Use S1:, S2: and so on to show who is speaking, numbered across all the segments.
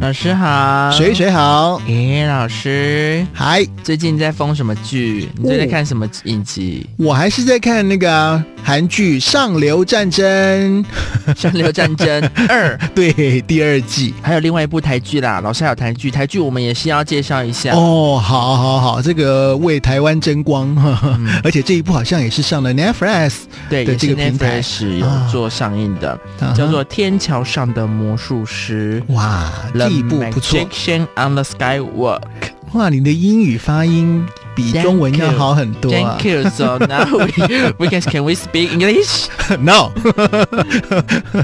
S1: 老师好，
S2: 水水好，
S1: 诶，老师，
S2: 嗨，
S1: 最近在封什么剧？你最近在看什么影 集？
S2: 我还是在看那个啊韩剧《上流战争，
S1: 《上流战争二》》
S2: 对，第二季。
S1: 还有另外一部台剧啦。老师还有台剧，台剧我们也是要介绍一下。
S2: 哦，好好好，这个为台湾争光，呵呵
S1: 嗯
S2: 而且这一部好像也是上了 Netflix，
S1: 对，
S2: 对
S1: 也是
S2: 这个平台
S1: Netflix 有做上映的，
S2: 啊哈
S1: 叫做《天桥上的魔术师》。
S2: 哇，这一部不错
S1: The Magician on the Skywalk。
S2: 哇，你的英语发音比
S1: Thank
S2: 中文要好很多啊
S1: Thank。you. So now we we can can we speak English?
S2: No，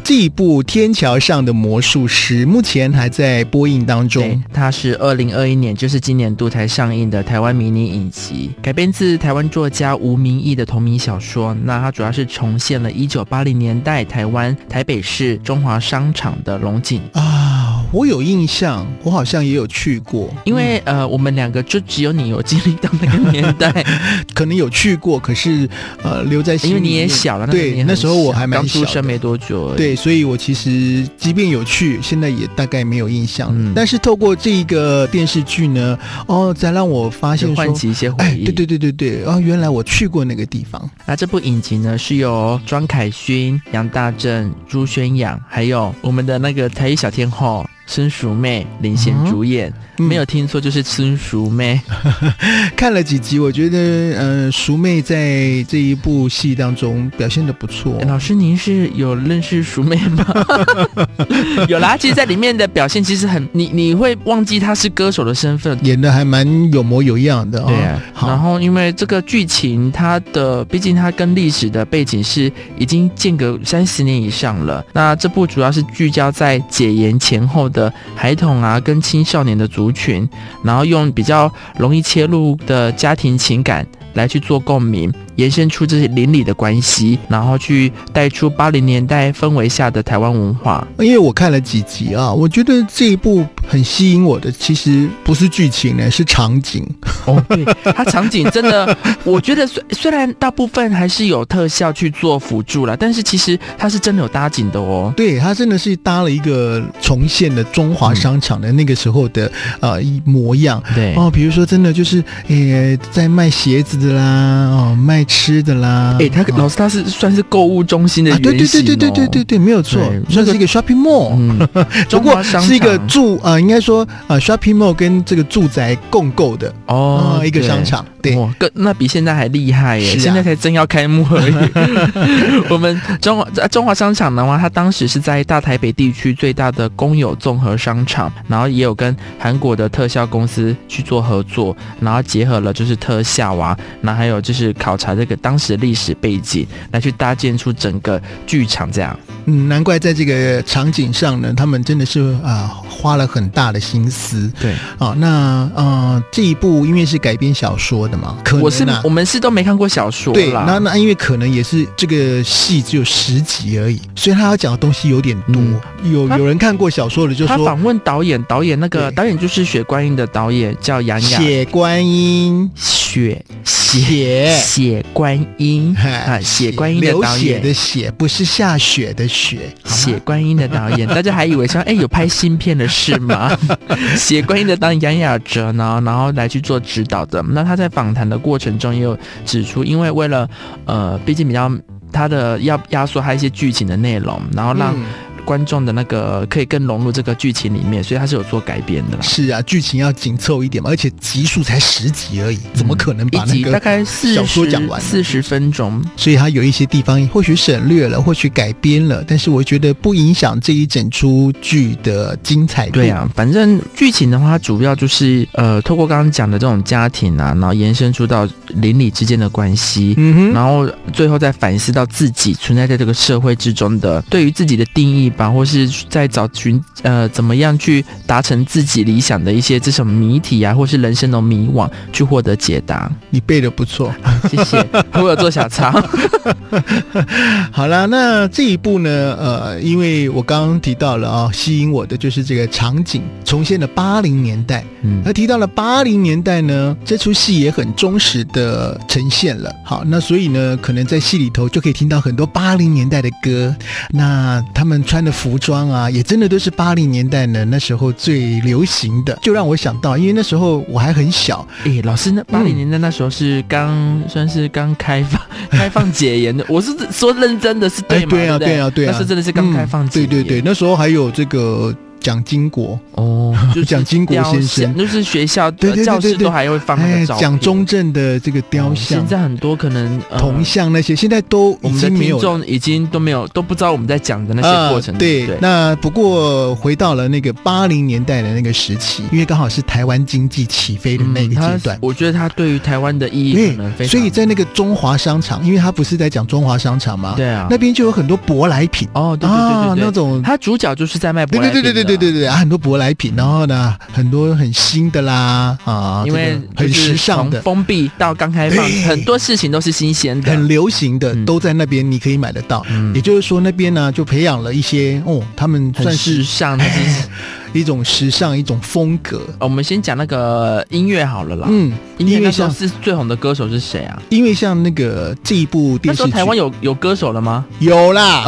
S2: 这一部《天桥上的魔术师》目前还在播映当
S1: 对
S2: 中。，
S1: 它是二零二一年，就是今年度才上映的台湾迷你影集，改编自台湾作家吴明义的同名小说。那它主要是重现了一九八零年代台湾台北市中华商场的龙井。
S2: 啊，我有印象，我好像也有去过，
S1: 因为、
S2: 嗯
S1: 呃，我们两个就只有你有经历到那个年 代，
S2: 可能有去过，可是呃留在心里
S1: 因为你也
S2: 面
S1: 小了，
S2: 对，
S1: 那
S2: 那时候我
S1: 小
S2: 还蛮
S1: 刚出
S2: 小
S1: 生
S2: 的。
S1: 没多久而已，
S2: 对，所以我其实即便有去，现在也大概没有印象。
S1: 嗯
S2: 但是透过这一个电视剧呢，哦，才让我发现
S1: 就唤
S2: 说，
S1: 起一些回
S2: 哎，
S1: 忆。
S2: 对对对对对，哦，原来我去过那个地方。
S1: 那这部影集呢，是由庄凯勋、杨大正、朱宣阳，还有我们的那个台语小天后孙淑妹领衔主演。
S2: 嗯
S1: 没有听错，就是孙淑妹。
S2: 看了几集，我觉得，呃，淑妹在这一部戏当中表现的不错
S1: 诶。老师，您是有认识淑妹吗？ 有啦，其实，在里面的表现其实很，你你会忘记她是歌手的身份。
S2: 演的还蛮有模有样的、哦、
S1: 对啊，然
S2: 好，
S1: 后因为这个剧情，它的毕竟它跟历史的背景是已经间隔三十年以上了。那这部主要是聚焦在解严前后的孩童啊跟青少年的族群，然后用比较容易切入的家庭情感来去做共鸣，延伸出这些邻里的关系，然后去带出八零年代氛围下的台湾文化。
S2: 因为我看了几集啊，我觉得这一部很吸引我的，其实不是剧情呢，是场景。
S1: 哦，对，它场景真的，我觉得虽虽然大部分还是有特效去做辅助啦，但是其实它是真的有搭景的哦。
S2: 对，它真的是搭了一个重现的中华商场的那个时候的、呃一模样。
S1: 对
S2: 哦，比如说，真的就是，诶、在卖鞋子的啦，哦，卖吃的啦，
S1: 哎、它
S2: 哦
S1: 老师他是算是购物中心的
S2: 啊，
S1: 原型、
S2: 对
S1: 哦
S2: 对对对对对对对，没有错
S1: 对，
S2: 算是一个 shopping mall，、
S1: 嗯，
S2: 不
S1: 中
S2: 过
S1: 华商
S2: 是一个
S1: 场
S2: 住呃，应该说呃 shopping mall 跟这个住宅共构的
S1: 哦
S2: 啊、，一个
S1: 对
S2: 商。场，对，
S1: 哇，更那比现在还厉害耶！
S2: 是啊
S1: 现在才正要开幕而已。 我们中华呃中华商场的话，它当时是在大台北地区最大的公有综合商场，然后也有跟韩国的特效公司去做合作，然后结合了就是特效啊，然后还有就是考察这个当时历史背景，来去搭建出整个剧场这样。
S2: 嗯，难怪在这个场景上呢，他们真的是啊、花了很大的心思。
S1: 对，
S2: 啊、那呃这一部因为是改编小说的嘛，可能、啊、
S1: 我是我们是都没看过小说
S2: 对，
S1: 啦。
S2: 那那因为可能也是这个戏只有十集而已，所以他要讲的东西有点多。有
S1: 嗯他
S2: 有人看过小说的就
S1: 他
S2: 说
S1: 访问导演，导演那个
S2: 对
S1: 导演就是《雪观音》的导演叫杨雅
S2: 血观音
S1: 雪
S2: 血
S1: 血观音 啊，
S2: 哎
S1: 血观音的
S2: 流
S1: 导
S2: 血
S1: 演，
S2: 的血不是下雪的雪，好吗
S1: 血观音的导演，大家还以为说，哎，有拍新片的事 吗？血观音的导演杨雅哲呢，然后来去做指导的。那他在访谈的过程中也有指出，因为为了呃，毕竟比较他的要压缩他一些剧情的内容，然后让
S2: 嗯
S1: 观众的那个可以更融入这个剧情里面，所以他是有做改编的啦。
S2: 是啊，剧情要紧凑一点嘛，而且集数才十集而已，怎么可能
S1: 嗯一
S2: 把那
S1: 集大
S2: 个？
S1: 概四
S2: 小说
S1: 十
S2: 讲完了
S1: 四十分钟，
S2: 所以它有一些地方或许省略了，或许改编了，但是我觉得不影响这一整出剧的精彩度。
S1: 对啊，反正剧情的话，它主要就是呃，透过刚刚讲的这种家庭啊，然后延伸出到邻里之间的关系。
S2: 嗯哼，
S1: 然后最后再反思到自己存在在这个社会之中的对于自己的定义吧，或是在找寻呃怎么样去达成自己理想的一些这种谜题啊，或是人生的迷惘去获得解 答。
S2: 你背的 不错。
S1: 谢谢，我有做小抄。
S2: 好啦，那这一部呢，呃，因为我刚刚提到了啊、吸引我的就是这个场景重现了八零年代。
S1: 嗯
S2: 那提到了八零年代呢，这出戏也很忠实的呈现了。好，那所以呢，可能在戏里头就可以听到很多八零年代的歌。那他们穿的服装啊，也真的都是八零年代呢那时候最流行的，就让我想到，因为那时候我还很小，
S1: 诶，老师，那
S2: 嗯
S1: 八零年代那时候是刚、算是刚开 放开放解严的，我是说认真的是对吗？
S2: 对啊，
S1: 对
S2: 对啊，对啊，
S1: 那是真的是刚开放
S2: 嗯
S1: 解
S2: 对
S1: 严、
S2: 对对，那时候还有这个蒋经国，
S1: 哦，就是
S2: 蒋经国
S1: 雕
S2: 先
S1: 像
S2: 生，
S1: 就是学校
S2: 对对
S1: 的
S2: 对
S1: 教室
S2: 对对
S1: 都还会放那
S2: 哎
S1: 个照，片
S2: 蒋中正的这个雕
S1: 哦
S2: 像
S1: 现、在很多可能、呃、
S2: 铜像那些，现在都
S1: 我
S2: 已
S1: 们的
S2: 经没
S1: 听
S2: 有了。
S1: 众已经都没有都不知道我们在讲的那
S2: 啊，
S1: 些过程。
S2: 对，
S1: 对，
S2: 那不过回到了那个八零年代的那个时期，因为刚好是台湾经济起飞的那个
S1: 他
S2: 阶段。
S1: 我觉得嗯它对于台湾的意义可能非
S2: 对，
S1: 常，
S2: 所以在那个中华商场，因为他不是在讲中华商场嘛，
S1: 对啊，
S2: 那边就有很多舶来品
S1: 哦，对对对对
S2: 啊，
S1: 对，
S2: 那种
S1: 它主角就是在卖舶
S2: 对
S1: 来
S2: 对
S1: 品
S2: 对对对对对
S1: 对。
S2: 对啊，很多舶来品，然后呢，很多很新的啦啊，
S1: 因为
S2: 这个很时尚
S1: 就是从
S2: 的。
S1: 封闭到刚开放
S2: 对，
S1: 很多事情都是新鲜的。
S2: 很流行的
S1: 嗯
S2: 都在那边，你可以买得到。
S1: 嗯
S2: 也就是说，那边呢就培养了一些哦，他们
S1: 很
S2: 算
S1: 时
S2: 是
S1: 尚， 就是哦
S2: 一种时尚，一种风格。
S1: 我们先讲那个音乐好了啦。
S2: 嗯，
S1: 音
S2: 因
S1: 乐
S2: 为
S1: 那时候
S2: 像
S1: 是最红的歌手是谁啊？
S2: 因为像那个这一部
S1: 那
S2: 电
S1: 时
S2: 视
S1: 候
S2: 剧，
S1: 台湾有有歌手了 吗？
S2: 有啦，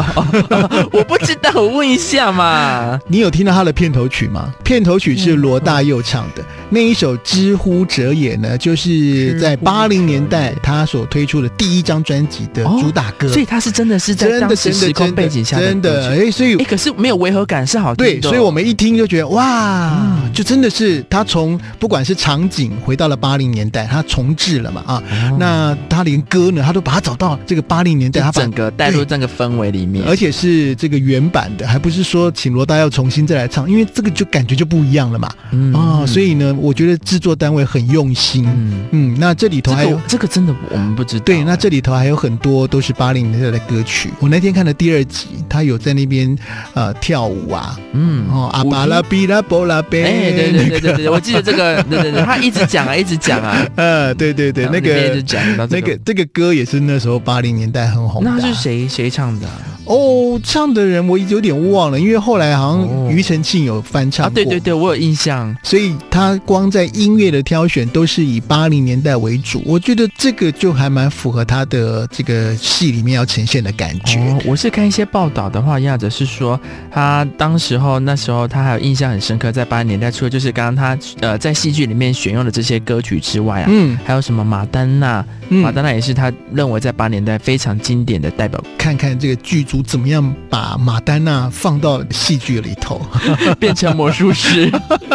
S1: 我不知道，我问一下嘛。
S2: 你有听到他的片头曲吗？片头曲
S1: 嗯
S2: 是罗大佑唱的，那一首《知乎者也》呢，就是在
S1: 知乎者
S2: 八
S1: 也
S2: 零年代他所推出的第一张专辑的
S1: 哦
S2: 主打歌。
S1: 所以他是真的是在
S2: 真的
S1: 当时
S2: 真的
S1: 时空
S2: 真
S1: 背
S2: 的
S1: 景下
S2: 真的
S1: 歌曲
S2: 哎，所以
S1: 哎，可是没有违和感，是好听
S2: 对，
S1: 的哦
S2: 所以我们一听就觉得哇，
S1: 嗯
S2: 就真的是他从不管是场景回到了八零年代，他重置了嘛啊，
S1: 哦
S2: 那他连歌呢，他都把它找到这个八零年代，他
S1: 就
S2: 把
S1: 整个带入这个氛围里面。
S2: 而且是这个原版的，还不是说请罗大佑重新再来唱，因为这个就感觉就不一样了嘛。
S1: 嗯
S2: 啊、所以呢，我觉得制作单位很用心。嗯
S1: 嗯，
S2: 那这里头
S1: 这
S2: 还有、
S1: 个这个真的我们不知道。
S2: 对，那这里头还有很多都是八零年代的歌曲。我那天看的第二集，他有在那边呃跳舞啊，
S1: 嗯
S2: 哦，阿
S1: 舞
S2: 巴
S1: 厅
S2: 拉比拉波拉贝，
S1: 哎，对对对对
S2: 那
S1: 对，
S2: 个
S1: 我记得这个，对对对，他一直讲啊，一直讲啊，
S2: 呃，对对对，
S1: 然后
S2: 那
S1: 里面一直
S2: 个
S1: 讲到
S2: 那
S1: 这
S2: 个
S1: 哦个，
S2: 这个歌也是那时候八零年代很红的啊、
S1: 那是谁谁唱的啊？
S2: 哦，唱的人我有点忘了，因为后来好
S1: 哦
S2: 像庾澄庆有翻唱
S1: 啊，
S2: 过、
S1: 对对对，我有印象。
S2: 所以他光在音乐的挑选都是以八零年代为主，我觉得这个就还蛮符合他的这个戏里面要呈现的感觉。
S1: 哦，我是看一些报道的话，亚者是说他当时候那时候他还有印象很深刻，在八十年代，除了就是刚刚他呃在戏剧里面选用的这些歌曲之外啊，
S2: 嗯
S1: 还有什么马丹娜，马
S2: 嗯，
S1: 丹娜也是他认为在八十年代非常经典的代表，
S2: 看看这个剧组怎么样把马丹娜放到戏剧里头。
S1: 变成魔术师。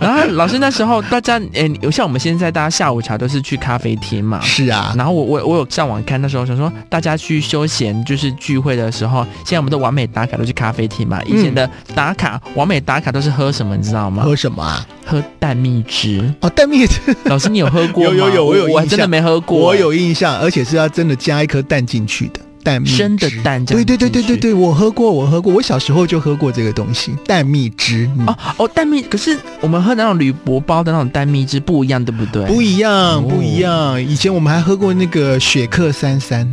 S1: 然后老师那时候大家诶，像我们现在大家下午茶都是去咖啡厅嘛，
S2: 是啊，
S1: 然后我我我有上网看，那时候想说大家去休闲就是聚会的时候，现在我们的完美打卡都去咖啡厅
S2: 嗯
S1: 嘛，以前的打卡、完美打卡都是喝什么，你知道吗？
S2: 喝什么啊？
S1: 喝蛋蜜汁。
S2: 哦，蛋蜜汁，
S1: 老师，你有喝过吗？
S2: 有有有我
S1: 我
S2: 有
S1: 我还
S2: 印
S1: 真的
S2: 象
S1: 没喝过。
S2: 我有印象，而且是要真的加一颗蛋进去的蛋蜜汁
S1: 生的蛋这
S2: 对
S1: 样
S2: 对对对
S1: 进去
S2: 对对，我喝过，我喝过，我小时候就喝过这个东西，蛋蜜汁。嗯
S1: 哦哦，蛋蜜可是我们喝的那种铝箔包的那种蛋蜜汁不一样，对不对？
S2: 不一样，
S1: 哦
S2: 不一样。以前我们还喝过那个雪克三三，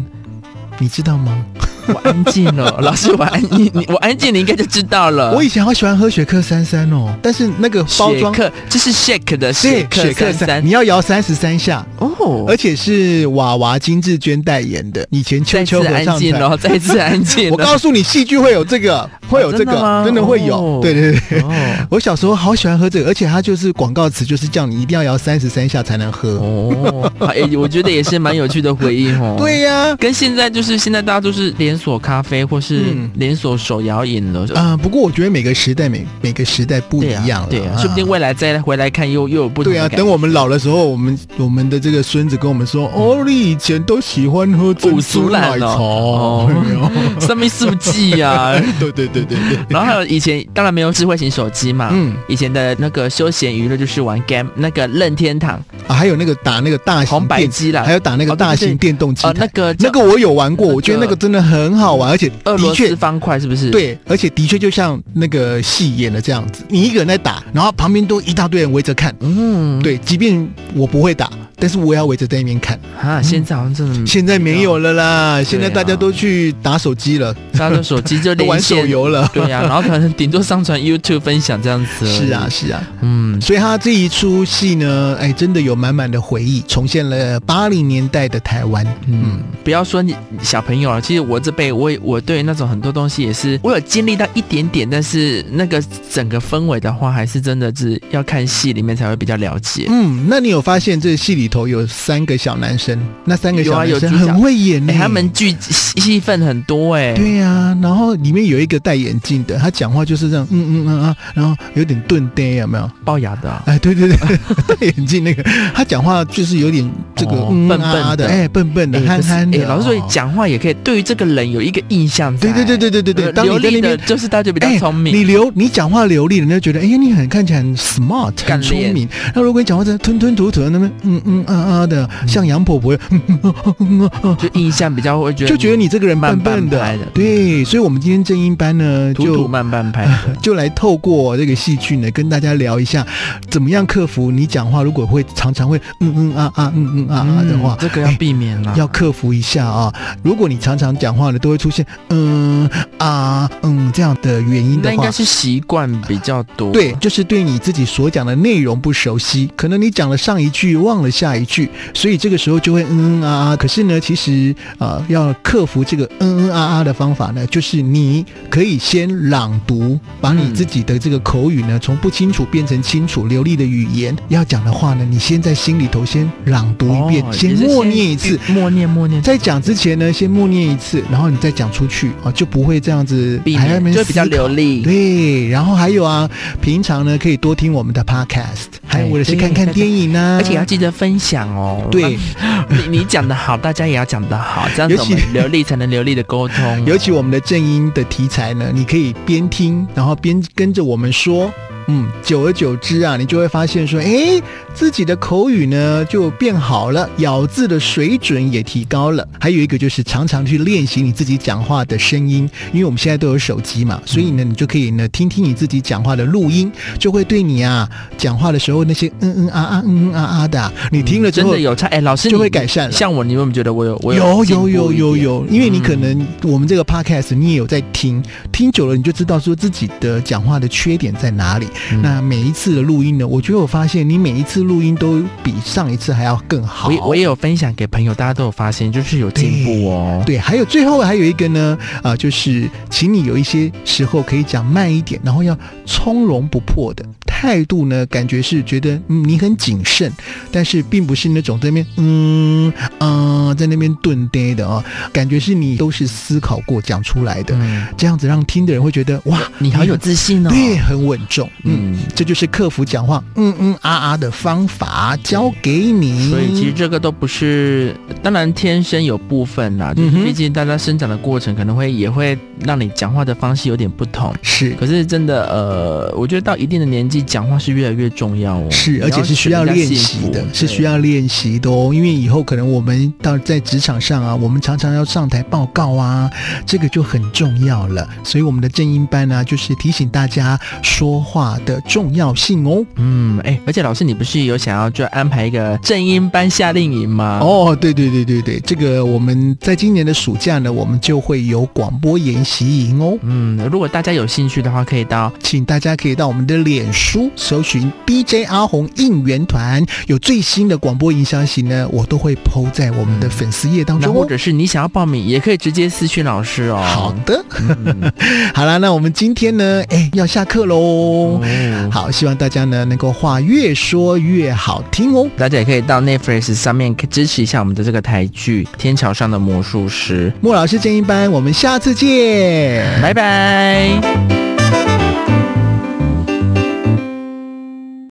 S2: 你知道吗？
S1: 我安静了， 老师，我安静，你我安静，你应该就知道了。
S2: 我以前好喜欢喝雪克三三哦，但是那个包
S1: 雪
S2: 装
S1: 克，这是 shake 的
S2: 对
S1: 克
S2: 克
S1: 三
S2: 三，
S1: 三
S2: 你要摇三十三下，
S1: 哦。
S2: 而且是娃娃金志娟代言的。以前秋
S1: 再
S2: 秋
S1: 次
S2: 合
S1: 安
S2: 唱
S1: 静哦
S2: 团，
S1: 了，再次安静了。
S2: 我告诉你，戏剧会有这个，会有
S1: 哦
S2: 这
S1: 真的
S2: 个
S1: 吗，
S2: 真的会
S1: 哦
S2: 有。对对对。
S1: 哦
S2: 我小时候好喜欢喝这个，而且它就是广告词，就是叫你一定要摇三十三下才能喝。
S1: 哦， 哎、我觉得也是蛮有趣的回忆哦。
S2: 对。呀、
S1: 跟现在就是现在大家都是连锁咖啡或是
S2: 嗯
S1: 连锁手摇饮了，
S2: 啊、不过我觉得每个时代每每个时代不一
S1: 对啊
S2: 样了，
S1: 对啊，
S2: 啊
S1: 说不定未来再回来看又又有不同
S2: 对
S1: 的
S2: 啊，
S1: 感觉。嗯
S2: 等我们老的时候，我们我们的这个孙子跟我们说，哦，你以前都喜欢喝珍
S1: 五
S2: 珠
S1: 苏
S2: 奶
S1: 兰
S2: 茶，哎
S1: 哦
S2: 哦、
S1: 上面速记 啊，
S2: 哎对对对对对，
S1: 然后还有以前当然没有智慧型手机嘛，
S2: 嗯
S1: 以前的那个休闲娱乐就是玩 game 那个任天堂
S2: 啊，还有那个打那个大型
S1: 红白
S2: 电，
S1: 机啦，
S2: 还有打那个
S1: 哦对对
S2: 大型电动机台，
S1: 呃那个
S2: 那
S1: 叫
S2: 个我有玩过，
S1: 那个
S2: 我觉得那个真的很好玩，而且
S1: 俄
S2: 的
S1: 罗
S2: 确
S1: 斯。方块是不是？，
S2: 对，而且的确就像那个戏演的这样子，你一个人在打，然后旁边都一大堆人围着看。
S1: 嗯，
S2: 对，即便我不会打，但是我也要围着在那边看。
S1: 啊，现在好像真的
S2: 现在没有了
S1: 啊
S2: 啦，现在大家都去打手机了，
S1: 大家都手机就
S2: 都玩
S1: 连
S2: 手
S1: 线，
S2: 游了。
S1: 对呀、然后可能顶多上传 YouTube 分享这样子。
S2: 是啊，，是啊，
S1: 嗯，
S2: 所以他这一出戏呢，哎，真的有满满的回忆，重现了八零年代的台湾。
S1: 嗯，不要说你小朋友了，啊其实我这辈我也我对那种很多东西也是，我有经历到一点点，但是那个整个氛围的话，还是真的是要看戏里面才会比较了解。
S2: 嗯，那你有发现这戏里头有三个小男生，那三个
S1: 有
S2: 小
S1: 啊
S2: 男生
S1: 有主角
S2: 很会演呢、
S1: 哎、他们剧戏戏份很多哎、
S2: 对呀、然后里面有一个戴眼镜的，他讲话就是这样，嗯嗯嗯啊，然后有点钝呆，有没有？
S1: 龅牙的啊、
S2: 哎，对对对， 戴眼镜那个，他讲话就是有点这个
S1: 哦
S2: 嗯
S1: 笨
S2: 啊啊
S1: 笨的
S2: 哎，笨笨的，
S1: 哎
S2: 憨
S1: 可是
S2: 憨的。
S1: 哎老师说你
S2: 哦，
S1: 讲话也可以，对于这个人有一个印象在。
S2: 对对对对对对对，当
S1: 呃流
S2: 你在
S1: 利
S2: 那
S1: 的
S2: 边。
S1: 就是大家比较
S2: 哎
S1: 聪明。
S2: 你流你讲话流利，人家觉得哎呀，你很看起来很 smart，
S1: 干
S2: 很聪
S1: 练
S2: 明。那如果你讲话真的吞吞吐吐的，那边嗯嗯啊啊的，像杨婆婆，嗯嗯啊啊嗯啊啊
S1: 就印象比较会觉得
S2: 就觉得你这个人笨
S1: 慢
S2: 笨的，
S1: 半拍的
S2: 对，所以，我们今天正音班呢，
S1: 土
S2: 就
S1: 土慢半拍的
S2: 就来透过这个戏剧呢，跟大家聊一下，怎么样克服你讲话如果会常常会嗯嗯啊啊嗯嗯啊 啊的
S1: 嗯，
S2: 话
S1: 这个要避免啦。
S2: 要克服一下啊。如果你常常讲话呢，都会出现嗯啊嗯这样的原因
S1: 那
S2: 的
S1: 应
S2: 话
S1: 该。是习惯比较多。
S2: 对，就是对你自己所讲的内容不熟悉，可能你讲了上一句，忘了下一句，所以这个时候就会嗯嗯啊啊。可是呢，其实啊、呃要克服这个嗯嗯啊啊的方法呢，就是你可以先朗读，把你
S1: 嗯
S2: 自己的这个口语呢，从不清楚变成清楚流利的语言。要讲的话呢，你先在心里头先朗读一遍，
S1: 哦
S2: 先
S1: 也是
S2: 默念一次，
S1: 默念默念，
S2: 在讲之前呢，先默念一次，然后你再讲出去啊，就不会这样子
S1: 避
S2: 还在那
S1: 免
S2: 边
S1: 就会比较
S2: 思考
S1: 流利。
S2: 对，然后还有啊，平常呢可以多听我们的 podcast，还有或者是
S1: 嗯对
S2: 看看电影啊，
S1: 而且要记得分享哦。
S2: 对，
S1: 你你讲的好，大家也要讲的 好，这样子
S2: 尤
S1: 我
S2: 其
S1: 们流利才能流利的沟通。
S2: 尤其我们的正音的题材呢，你可以边听，然后边跟着我们说。嗯，久而久之啊，你就会发现说，哎，自己的口语呢就变好了，咬字的水准也提高了。还有一个就是常常去练习你自己讲话的声音，因为我们现在都有手机
S1: 嗯
S2: 嘛，所以呢，你就可以呢听听你自己讲话的录音，就会对你啊讲话的时候那些嗯嗯啊啊嗯嗯啊啊的啊、你听了之
S1: 真
S2: 后
S1: 的有差哎，老师
S2: 就会
S1: 你
S2: 改善了。
S1: 像我，你有没有觉得我有我
S2: 有
S1: 进步
S2: 有
S1: 一
S2: 有有
S1: 点
S2: 有，因为你可
S1: 嗯
S2: 能我们这个 podcast 你也有在听，听久了你就知道说自己的讲话的缺点在哪里。
S1: 嗯
S2: 那每一次的录音呢，我觉得我发现你每一次录音都比上一次还要更好。
S1: 我也我也有分享给朋友，大家都有发现，就是有进步哦。
S2: 对，还有最后还有一个呢，啊、就是请你有一些时候可以讲慢一点，然后要从容不迫的态度呢，感觉是觉得、嗯、你很谨慎，但是并不是那种在那边嗯嗯、呃在那边顿呆的哦，感觉是你都是思考过讲出来的，
S1: 嗯，
S2: 这样子让听的人会觉得哇，
S1: 你好有自信哦。
S2: 对，很稳重，嗯。
S1: 嗯，
S2: 这就是克服讲话嗯嗯啊啊的方法，交给你。
S1: 所以其实这个都不是，当然天生有部分啦，就
S2: 嗯
S1: 是
S2: 哼
S1: 毕竟大家生长的过程可能会也会让你讲话的方式有点不同。
S2: 是
S1: 可是真的，呃，我觉得到一定的年纪，讲话是越来越重要哦。
S2: 是，
S1: 你
S2: 而且是需要练习
S1: 选
S2: 的
S1: 人家幸福，
S2: 是需。要练习的哦。因为以后可能我们到在职场上啊，我们常常要上台报告啊，这个就很重要了。所以我们的正音班呢、啊就是提醒大家说话的重要性哦。
S1: 嗯，哎、而且老师，你不是有想要就安排一个正音班夏令营吗？，
S2: 哦，对对对对对，这个我们在今年的暑假呢，我们就会有广播研习营哦。
S1: 嗯，如果大家有兴趣的话，可以到
S2: 请大家可以到我们的脸书搜寻 DJ 阿红应援团，有最新的广播营消息呢，我都会 PO 在我们的粉丝页当
S1: 嗯那
S2: 中、
S1: 或
S2: 哦。
S1: 者是你想要报名，也可以直接私讯老师哦。
S2: 好的，
S1: 嗯，
S2: 好啦，那我们今天呢，哎，要下课喽。
S1: 哦
S2: 好，希望大家呢能够话越说越好听哦。
S1: 大家也可以到 Netflix 上面支持一下我们的这个台剧《天桥上的魔术师
S2: 莫老师正一班，我们下次见。》，
S1: 拜拜。